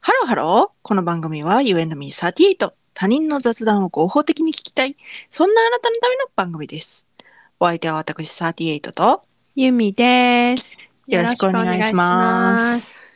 ハロー。この番組は You and me38。他人の雑談を合法的に聞きたい。そんなあなたのための番組です。お相手は私38とゆみです。よろしくお願いします。。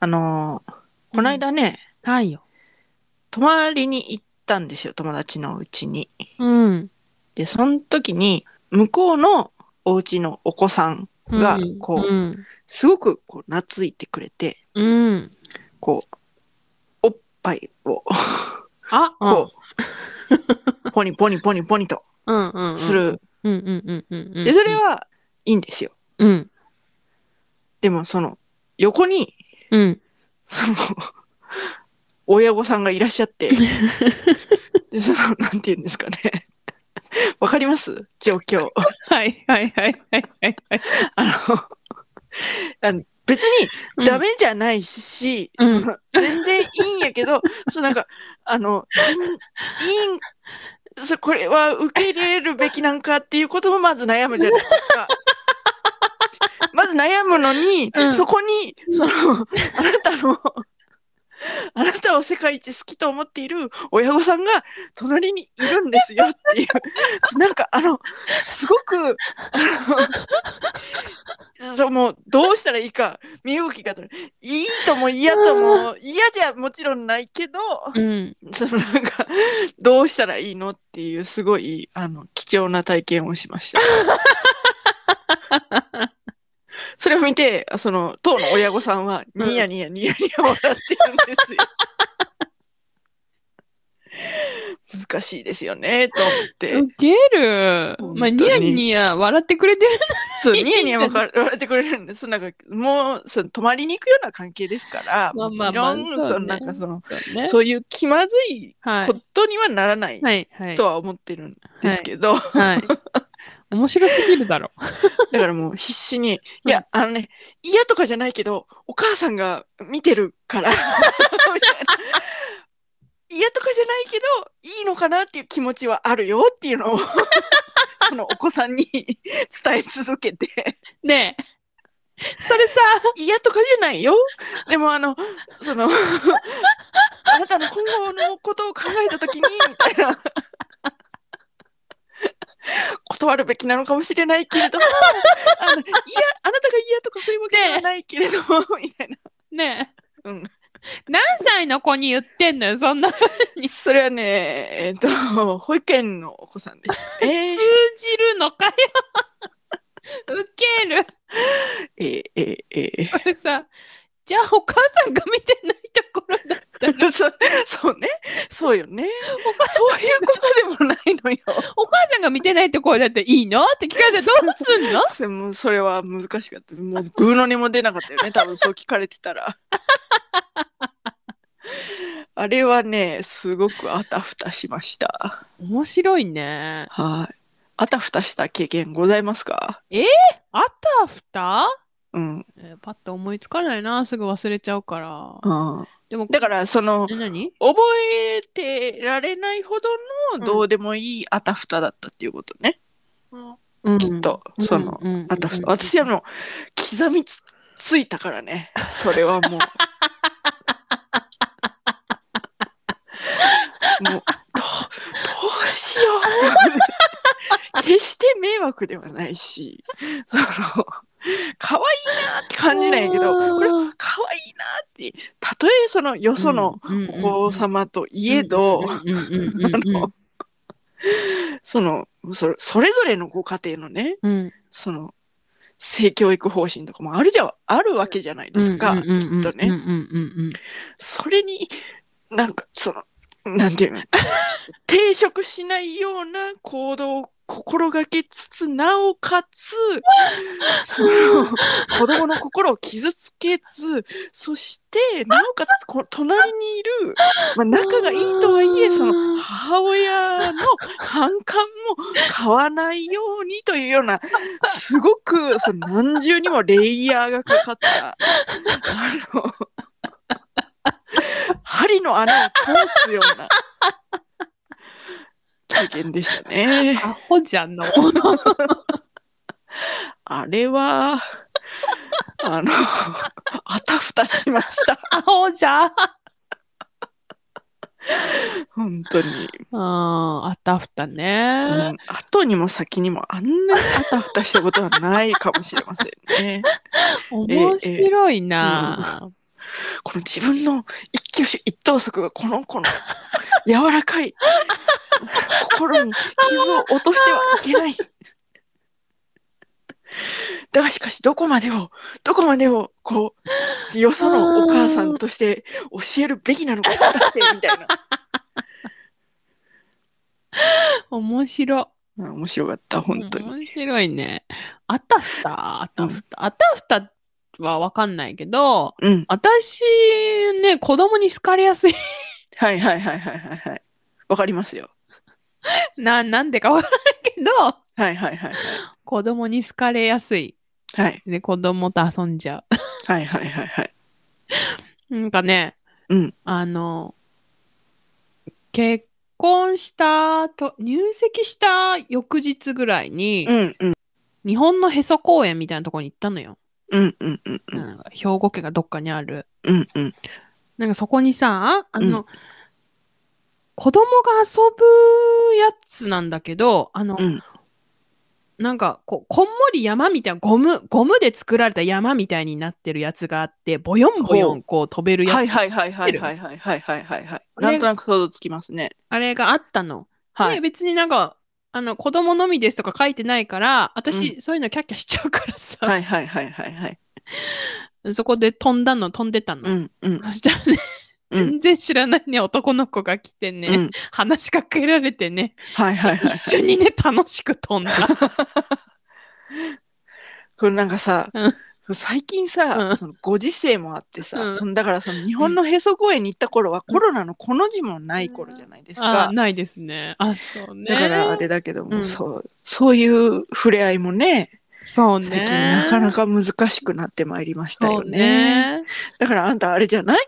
あのー、この間ね、はいよ。泊まりに行ったんですよ。友達のうちに。うん。で、その時に向こうのお家のお子さん、がんこううん。すごくこう懐いてくれて、うん。こう、おっぱいを、あ、こう、ポニポニポニポニとうん。うんうんうん。す。る。うんうんうんうん。で、それ。はいいんですよ。うん。でも、その、横に、うん。その、 親御さんがいらっしゃ って、で、その、なんて言うんですかね。わかります状況。はいはいはいはいはいはい。あの、あの別にダメじゃないし、うんその全然いいんやけど、 そうなんか、あの、全いいん、そうこれは受け入れるべきなんかっていうこともまず悩むじゃないです か。まず悩むのに、うんそこに、その、あなたの、あなたを世界一好きと思っている親御さんが隣にいるんですよっていう。 なんかあの、すごく、あの、そう、もうどうしたらいいか、身動きが取れないいいとも嫌とも、嫌じゃもちろんないけど、うん。そのなんか、どうしたらいいのっていう、すごい、あの、貴重な体験をしました。それを見て、その、当の親御さんは、うんニヤニヤニヤニヤ笑ってるん ですよ。難しいですよね、と思って。ウケる。ま本あ、ニ当ヤにニヤ笑ってくれてる。そう、いいニんじヤゃないニヤ笑ってくれるんです。なんか、もう、その、泊まりに行くような関係ですから、まあもまあちまろあん、そうその、ねなんかその、そうね。そういう気まずいはいこ。とにはならないはいはいと。は思ってるんですけど、はい。面白すぎるだろ。だからもう必死 に、うんいや、あのね、嫌とかじゃないけど、お母さんが見てるから、 みたいな嫌とかじゃないけど、いいのかなっていう気持ちはあるよっていう のを、そのお子さんに 伝え続けて、ねえ。それさ、嫌とかじゃないよ。でもあの、その、 あなたの今後のことを考えたときに、 みたいな。断るべきなのかもしれないけれども、あの、いや、あなたが嫌とかそういうわけではないけれども、みたいな。ねえ。うん。何歳の子に言ってんのよ、そんな。通それはね、えっ、と、保育園のお子さんでしたね。じるのかよ。ウケる。えー、えー、えー これさ、じゃあお母さんが見てないところだ。そ、そうね。そうよね。そういうことでもないのよ。お母さんが見てないところだっていいのって聞かれてどうすんのそもうそれは難しかった。もうグーの音も出なかったよね。多分そう聞かれてたら。あれはね、すごくあたふたしました。面白いね。はい。あたふたした経験ございますかあたふた、うん。えーパッと思いつかないな。すぐ忘れちゃうから。うん、でも、だから、その、え何覚えてられないほどのどうでもいいあたふただったっていうことね。うんきっと、その、うんうんうんうんあたふた。私はもう、刻みつついたからね。それ はもう。もう、どう、どうしよう。決して迷惑ではないし、その、可愛いなって感じないけど、これ、可愛いなって、たとえその、よそのうんお子様といえど、うんうんうんうんあの、その、それそれぞれのご家庭のね、うんその性教育方針とかもあるじゃあるわけじゃないですか、うんうんうんうんきっとうんうね。んうんそれになんかそのなん ていうの定食しないような行動を心がけつつなおか つその子供の心を傷つけずそしてなおかつこ隣にいる、まあ、仲がいいとはいえその母親の反感も買わないようにというようなすごくその何重にもレイヤーがかかったあの針の穴を通すような経験でしたね。アホじゃんの。あれは、あの、あたふたしました。アホじゃん。本当に。あたふたうね。ん、後にも先にもあんなにあたふたしたことはないかもしれませんね。面白いな。この自分の一挙手一投足がこの子の柔らかい心に傷を落としてはいけない。だがしかしどこまでをどこまでをこうよそのお母さんとして教えるべきなのか果たしてみたいな。面白。うん面白かった本当に。面白いね。あたふた、あたふた。あたふたはわかんないけど、うん私ね、子供に好かれやすい。 はいはいはいはいはいはい。わかりますよ。な、なんでかわからないけど、はいはいはい子供に好かれやすい。はい。はいで、子供と遊んじゃはいはいはいはい。う。なんかね、うんあの、結婚したと、入籍した翌日ぐらいに、うんうん日本のへそ公園みたいなところに行ったのよ。うんうんうんうんなんか兵庫県がどっかにある。うんうんなんかそこにさ、あの、う子供が遊ぶやつなんだけど、あの、うんなんかこう、こんもり山みたいな、ゴム、ゴムで作られた山みたいになってるやつがあって、ボヨンボヨンこう飛べるやつ、はいはいはいはいはいはいはいはいはいはい。ねなんとなく想像つきますね。あれがあったの。はで、い。別になんか、あの、子供のみですとか書いてないから、私、そういうのキャッキャしちゃうからさ、はいはいはいはいはい。そこで飛んだの、飛んでたの。うんうんそしたらね、うん。全然知らないね、男の子が来てね、うん話しかけられてね、はいはいはい。一緒にね、楽し く飛んだ。これなんかさうん、最近うさ、んそのご時世もあってうさ、んそのだからその日本のへそ公園に行った頃はコロナのこの字もない頃じゃないですあか。ないですね。あ、そうね。だからあれだけどうも、んそう、そういう触れ合いもね、そうね。最近なかなか難しくなってまいりましたそようね。ね。だからあんたあれじゃない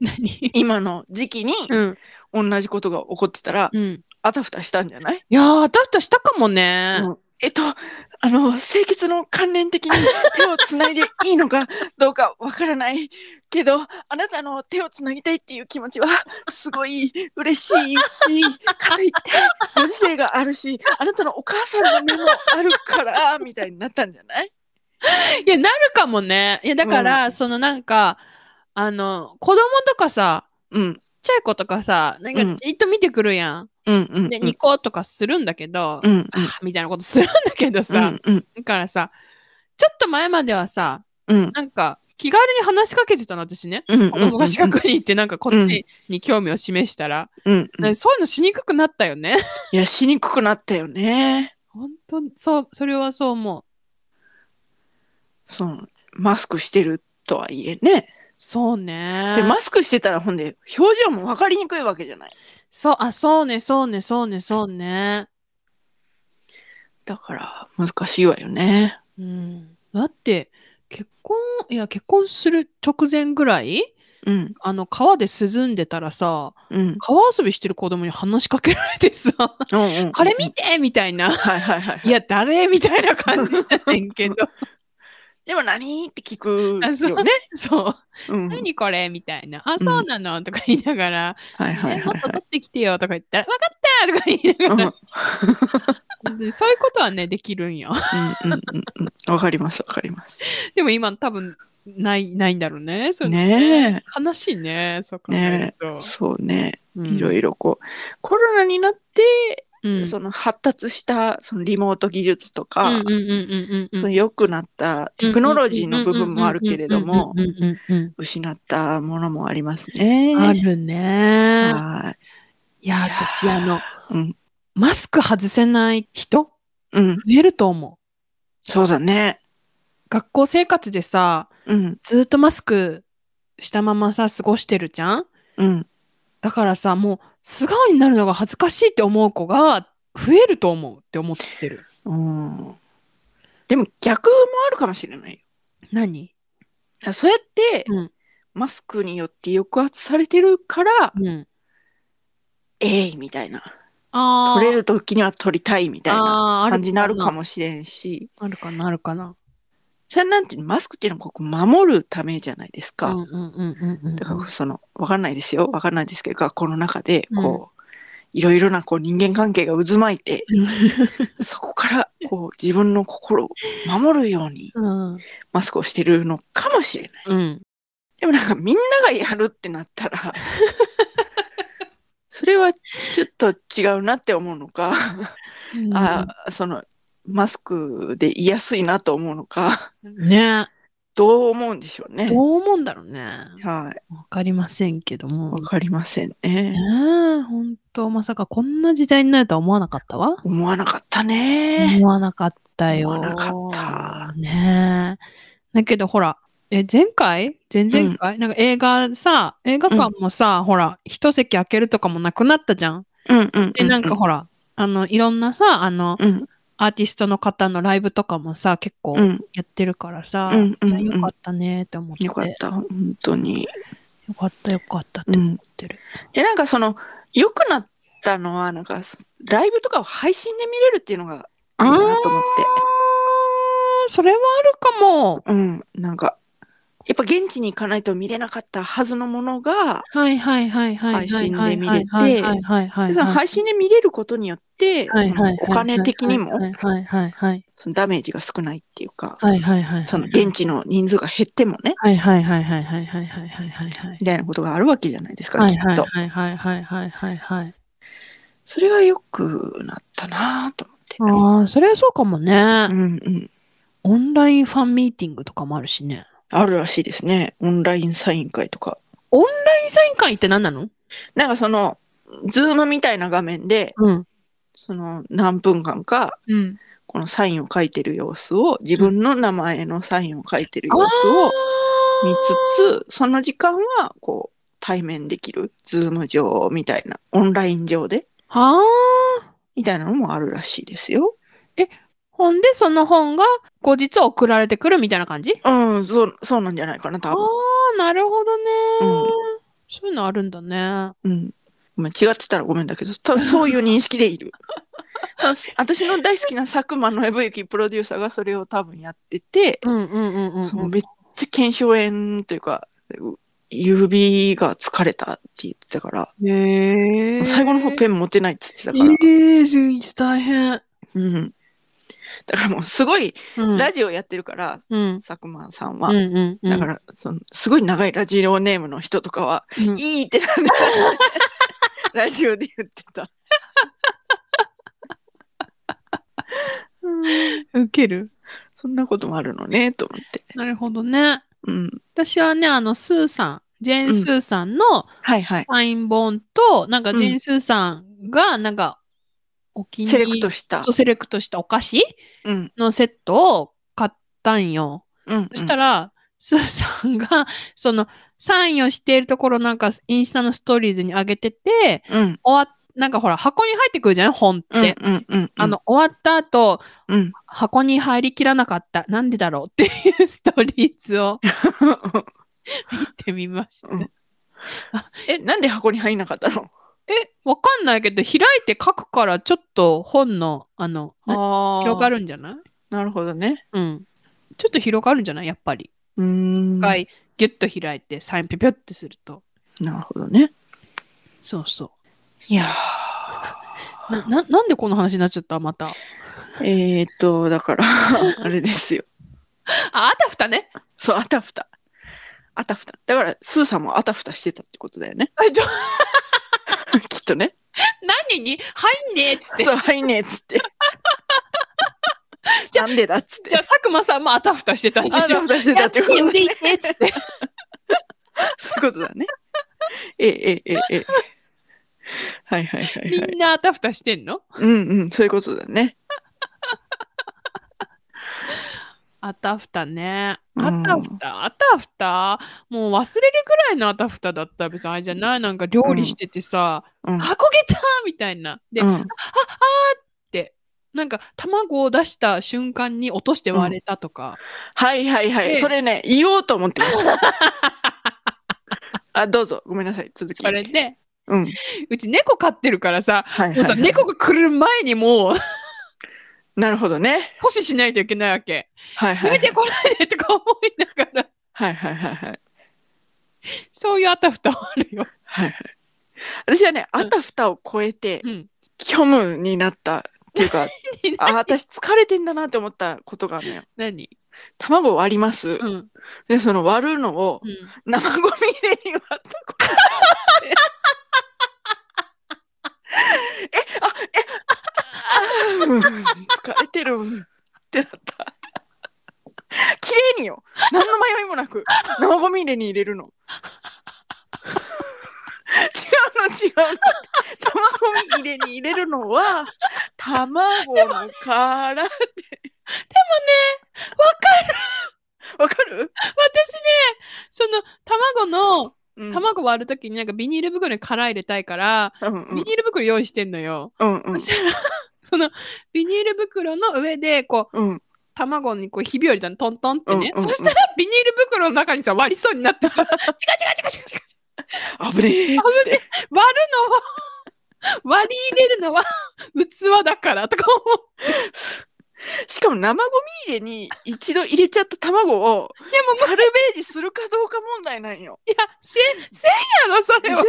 何今の時期にうん。同じことが起こってたら、うん。あたふたしたんじゃないいやー、あたふたしたかもね。うんえっと、あの、清潔の関連的に手をつないでいいのかどうかわからないけど、あなたの手をつなぎたいっていう気持ちはすごい嬉しいし、かといって、ご時世があるし、あなたのお母さんの目もあるから、みたいになったんじゃないいや、なるかもね。いや、だから、そのなんか、あの、子供とかさ、うん、ちっちゃい子とかさ、なんかうんじっと見てくるやん。うん、うん。で、ニコとかするんだけど、うん、うん、あみたいなことするんだけどうさ、ん、うん、だからさ、ちょっと前まではさ、うん。なんか、気軽に話しかけてたの、私ね。うん、子供が近くに行って、なんかこっちに興味を示したら、うん、うなんんかそういうのしにくくなったよね。 いや、しにくくなったよね。本当そう、それはそう思う。その、マスクしてるとはいえね。そうね。でマスクしてたらほんで表情も分かりにくいわけじゃないそう、あ、そうね、そうね、そうね、そうね。だから難しいわよねうん。だって、結婚、いや、結婚する直前ぐらい、うんあの、川で涼んでたらさ、うん川遊びしてる子供に話しかけられてさ、うんうんこれ見てみたいな。はいはいはいはいいや、誰みたいな感じだねんけど。でも何って聞くあそうよねそう。うんはい何これみたいな。あ、そうなのとか言いながら、はいはいねもっとは取ってきてよとか言ったら、わかったとか言いないうんがうんら、そういうことはね、できるんよ。うんうんうんわかりますわかりますでも今多分、ない、ないんだろうね。そういうのね悲しいね、そう考えねると。そうねうんいろいろこうコロナになってうんその発達したそのリモート技術とうんかうんうんうんうそんの良くなったテクノロジーの部分もあるけれどもうんうんうんうん失ったものもありますねうんあるね。はいや、いや私、あの、いうんマスク外せない人うん増えると思う。そうだね学校生活でさ、うんずーっとマスクしたままさ、過ごしてるじゃんうんだからさ、もう素顔になるのが恥ずかしいって思う子が増えると思うって思ってる。うんでも逆もあるかもしれないよ何だからそうやって、うんマスクによって抑圧されてるから、うん。えいみたいなああ。取れる時には取りたいみたいなあーある感じになるかもしれんしあるかな、あるかな。それなんていうのマスクっていうのはここ守るためじゃないですか。うんうんうんうんうんだからその、わかんないですよ。わかんないですけど、学校の中で、こう、いろいろなこう人間関係が渦巻いて、そこからこう自分の心を守るようにうんマスクをしてるのかもしれない。うんでもなんかみんながやるってなった ら、それはちょっと違うなって思うのか、あその、マスクで言いやすいなと思うのか、ねどう思うんでしょうね。どう思うんだろうねはい。わかりませんけどもわかりませんねね。えほんとまさかこんな時代になるとは思わなかったわ思わなかったね。思わなかったよ。思わなかったねえ。だけどほら、え、前回前々回、なんか映画さ、映画館もさ、ほら、一席空けるとかもなくなったじゃん。うんうんうんうん。で、なんかほら、あの、いろんなさ、あの、うんアーティストの方のライブとかもさ、結構うんやってるからさ、うんうんうんいやよかったねって思って。よかった、本当に。よかった、よかったってう思っん。てる。で、なんかその、良くなったのは、なんか、ライブとかを配信で見れるっていうのがいいあなーと思って。それはあるかも。うん、なんか、やっぱ現地に行かないと見れなかったはずのものが、はいはいはいはいはいはいはいは配い信で見れてはいはいはいはいその配信で見れることによって、はいそはいはいのお金的にもはいはいはいはいそのダメージが少ないっていうか、はいはいはいその現地の人数が減ってもね、はいはいはいはいはいはいはいはいはいはいみたいなことがあるわけじゃないですか、はきいはっいと。はいはいはいはいはいはいそれが良くなったなと思って。ああそれはそうかもねうんうん。オンラインファンミーティングとかもあるしねあるらしいですね。オンラインサイン会とか。オンラインサイン会って何なのなんかその、ズームみたいな画面で、うんその何分間か、うんこのサインを書いてる様子を、自分の名前のサインを書いてる様子を見つつ、その時間は、こう、対面できる、ズーム上みたいな、オンライン上で、はあみたいなのもあるらしいですよ。ほんでその本が後日送られてくるみたいな感じうん、そう、そうなんじゃないかな、あ多分。あなるほどねうんそういうのあるんだねうん。ごめん違ってたらごめんだけど、 多分そういう認識でいる。その私の大好きな佐久間の信之プロデューサーがそれを多分やってて、うんうんうんうんうんそのめっちゃ腱鞘炎というか、う指が疲れたって言ってたから、へえ。最後の方ペン持てないって言ってたから、ええー、大変。うん。だからもうすごいうんラジオやってるから、うん。佐久間さんうは。んうん。、だからら、その、すごい長いラジオネームの人とかは、うんいいってなんで、 ラジオで言ってた。うん受ける。そんなこともあるのね、と思って。なるほどね。うん。私はね、あの、スーさん、ジェーン・スーさんのはいはい。サイン本と、なんかうんジェーン・スーさんが、なんか、お気にセレクしトしたそ。う、セレクトしたお菓子うん。のセットを買ったんよ。うん。そしたら、スーさんが、その、サインをしているところなんか、インスタのストーリーズに上げてて、うん。終わっなんかほら、箱に入ってくるじゃん本って。うん。うん。うん。あの、終わった後、うん、うん。箱に入りきらなかった。なんでだろうっていうストーリーズを見てみました。 うんえ、なんで箱に入んなかったのえ、わかんないけど、開いて書くから、ちょっと本の、あの、なあ広がる。るんじゃないなるほどね。うん。ちょっと広がるんじゃないやっぱり。うーん。な一る回、ギュッと開いて、サインピョピョってすると。ほどね。そうそいやう。な、ななんでこの話になっちゃったまた。ーえーっと、だから、 あれですよ。あ、あたふたね。そう、あたふた。あたふた。だから、スーさんもあたふたしてたってことだよね。あちょ きっとね。何に入んねえっつって。そう、はいねっつって。なんでだっつって。じゃあ、佐久間さんもあたふたしてたんであしょた。ふたしてたってことやだってね。言って っつって。そういうことだね。ええええええ。はいはいはいはい。みんなあたふたしてんのうんうん、そういうことだね。あたふたね。うんあたふた、あたふた。もう忘れるぐらいのあたふただったら別にあれじゃないなんか料理しててさ、うん。あこげたみたいな。で、うあっん、て、なんか卵を出した瞬間に落として割れたとか。はいはいはでい。それね、言おうと思ってま した。あ、どうぞ。ごめんなさい。続き。それで、うん。うち猫飼ってるからさ、はいもうはさ、い。猫が来る前にもう、なるほどね。阻止しないといけないわけ。はいはいは出いて。こないでとか思いながら、はいはいはいはい。そういうあたふたはある よ。はいはい。私はね、あたふたを超えて、うん。虚無になったっていう か、あ、私疲れてんだなって思ったことがあるのよ。何卵割りますう。ん。で、その割るのをうん。生ゴミ入れに割ったことがあって。え、あ、え、あうん疲れてるってなった。綺麗によ。何の迷いもなく生ゴミ入れに入れるの。違うの違うの。卵入れに入れるのは卵の殻わかるわかる、私ね、その、卵の、うん、卵割るときになんかビニール袋に殻入れたいから、うんうビんニール袋用意してんのよ。うんうんそしたら、その、ビニール袋の上で、こう、うん卵にこうひび割りたのトントンってね、うんうんうんそしたらビニール袋の中にさ割りそうに なってさ「違う違う違う違う違う危ねえっつって割るのは割り入れるのは器だから」とか思うしかも生ゴミ入れに一度入れちゃった卵 をでももうサルベージするかどうか問題なんよ。いやせせんやろそせれ多は。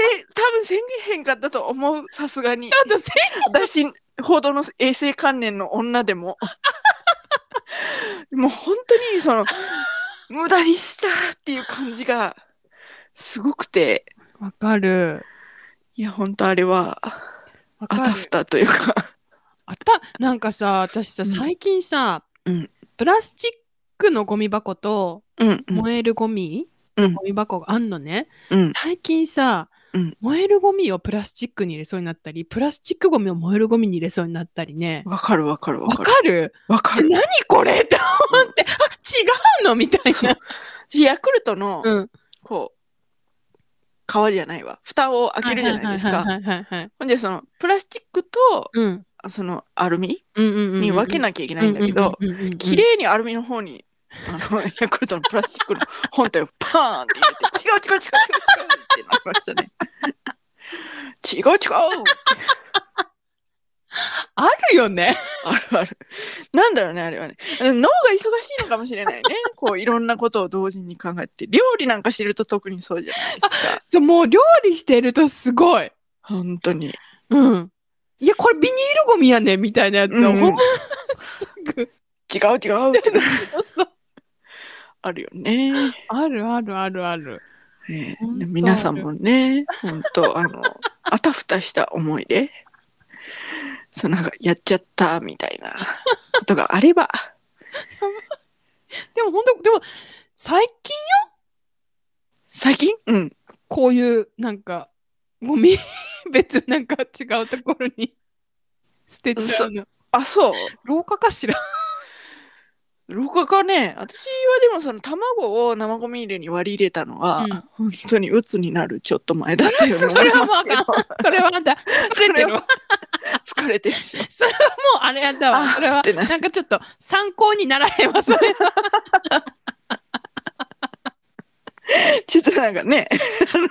分宣言へんかったと思うさすがにち。ょっとせ私報道の衛生観念の女でも。 もう本当にその無駄にしたっていう感じがすごくてわかる。いや本当あれはわあたかふる。たというか。あたなんかさ私さうん最近さ、うんプラスチックのゴミ箱とうんうん燃えるゴミ、うんゴミ箱があんのね。うん最近うさ、ん燃えるゴミをプラスチックに入れそうになったりプラスチックゴミを燃えるゴミに入れそうになったりねわかるわかるわわかかるるわかる。何これって思って、あ違うのみたいそうな、ヤクルトの、うん、こう皮じゃないわ蓋を開けるじゃないですかはいはいはいはいはいほんでそのプラスチックとうんそのアルミうんうんうんうんに分けいなきゃいけないんだけどうんうんうんうん綺麗にアルミの方にあのヤクルトのプラスチックの本体をパーンって入れて「違う違う違う違う違う」ってなりましたね。違う違うあるよねあるある。なんだろうね、あれはね。脳が忙しいのかもしれないね。こう、いろんなことを同時に考えて。料理なんかしてると特にそうじゃないですか。そうもう料理してるとすごい本当に。うんいやこれビニールゴミやねみたいなやつを、うんほんますぐ違う違うってそうあるよ ね。あるあるあるあるね本当皆さんもね、本当あの、あたふたした思いで、そうなんかやっちゃったみたいなことがあれば、でも本当でも最近最近、うん、こういうなんかゴミ 別なんか違うところに捨てちゃうのあ、そう、廊下かしら廊下かね、私はでもその卵を生ゴミ入れに割り入れたのは、うん本当に鬱になるちょっと前だったよう にそ思いれはもうまあすけかどん、それはあんた、それ出てるわ。疲れてるし、それはもうあれやだわ。あそれはってななんかちょっと参考にならへ んわ。それはちょっとなんかね、あの、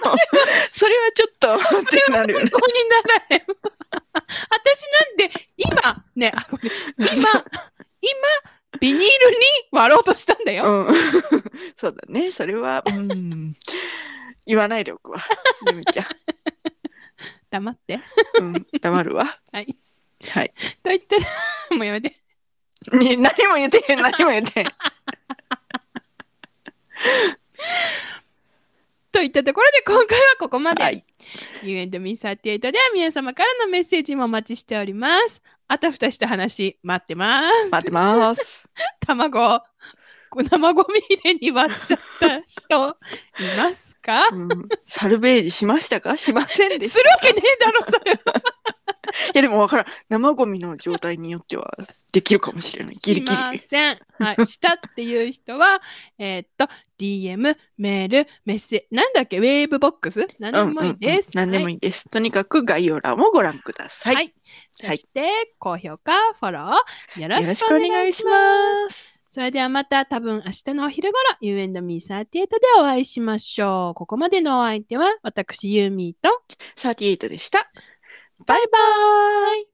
それはちょっと、ってなるよね参。考にならへんわ。私なんて今、ね、あごめん今、今、ビニールに割ろうとしたんだよ。うん、 そうだねそれはうん 言わないでお くわゆみちゃん、黙って。うん、黙るわはい。はいと言って、 もうやめて。に何も言ってへん 何も言ってへんといったところで今回はここまで。はい、 U&Me38 では皆様からのメッセージもお待ちしております。あたふたした話待ってます。待ってます卵を生ゴミ入れに割っちゃった人いますかうん、サルベージしましたかしませんでし するわけねえだろそれはたいやでもわからん生ゴミの状態によってはできるかもしれないギリギしまリせん、はい、したっていう人は えーっと DM メールメッセなんだっけウェーブボックス何でもいいです、うんうんうん、何でもいいです、とにかく概要欄をご覧くださ、はいはいはいそして、高評価フォローよろよろししくくおお願願いいししますますそれではまた多分明日のお昼頃 You&Me38 でお会いしましょうここまでのお相手は私ユーミーと38でしたバイバーイ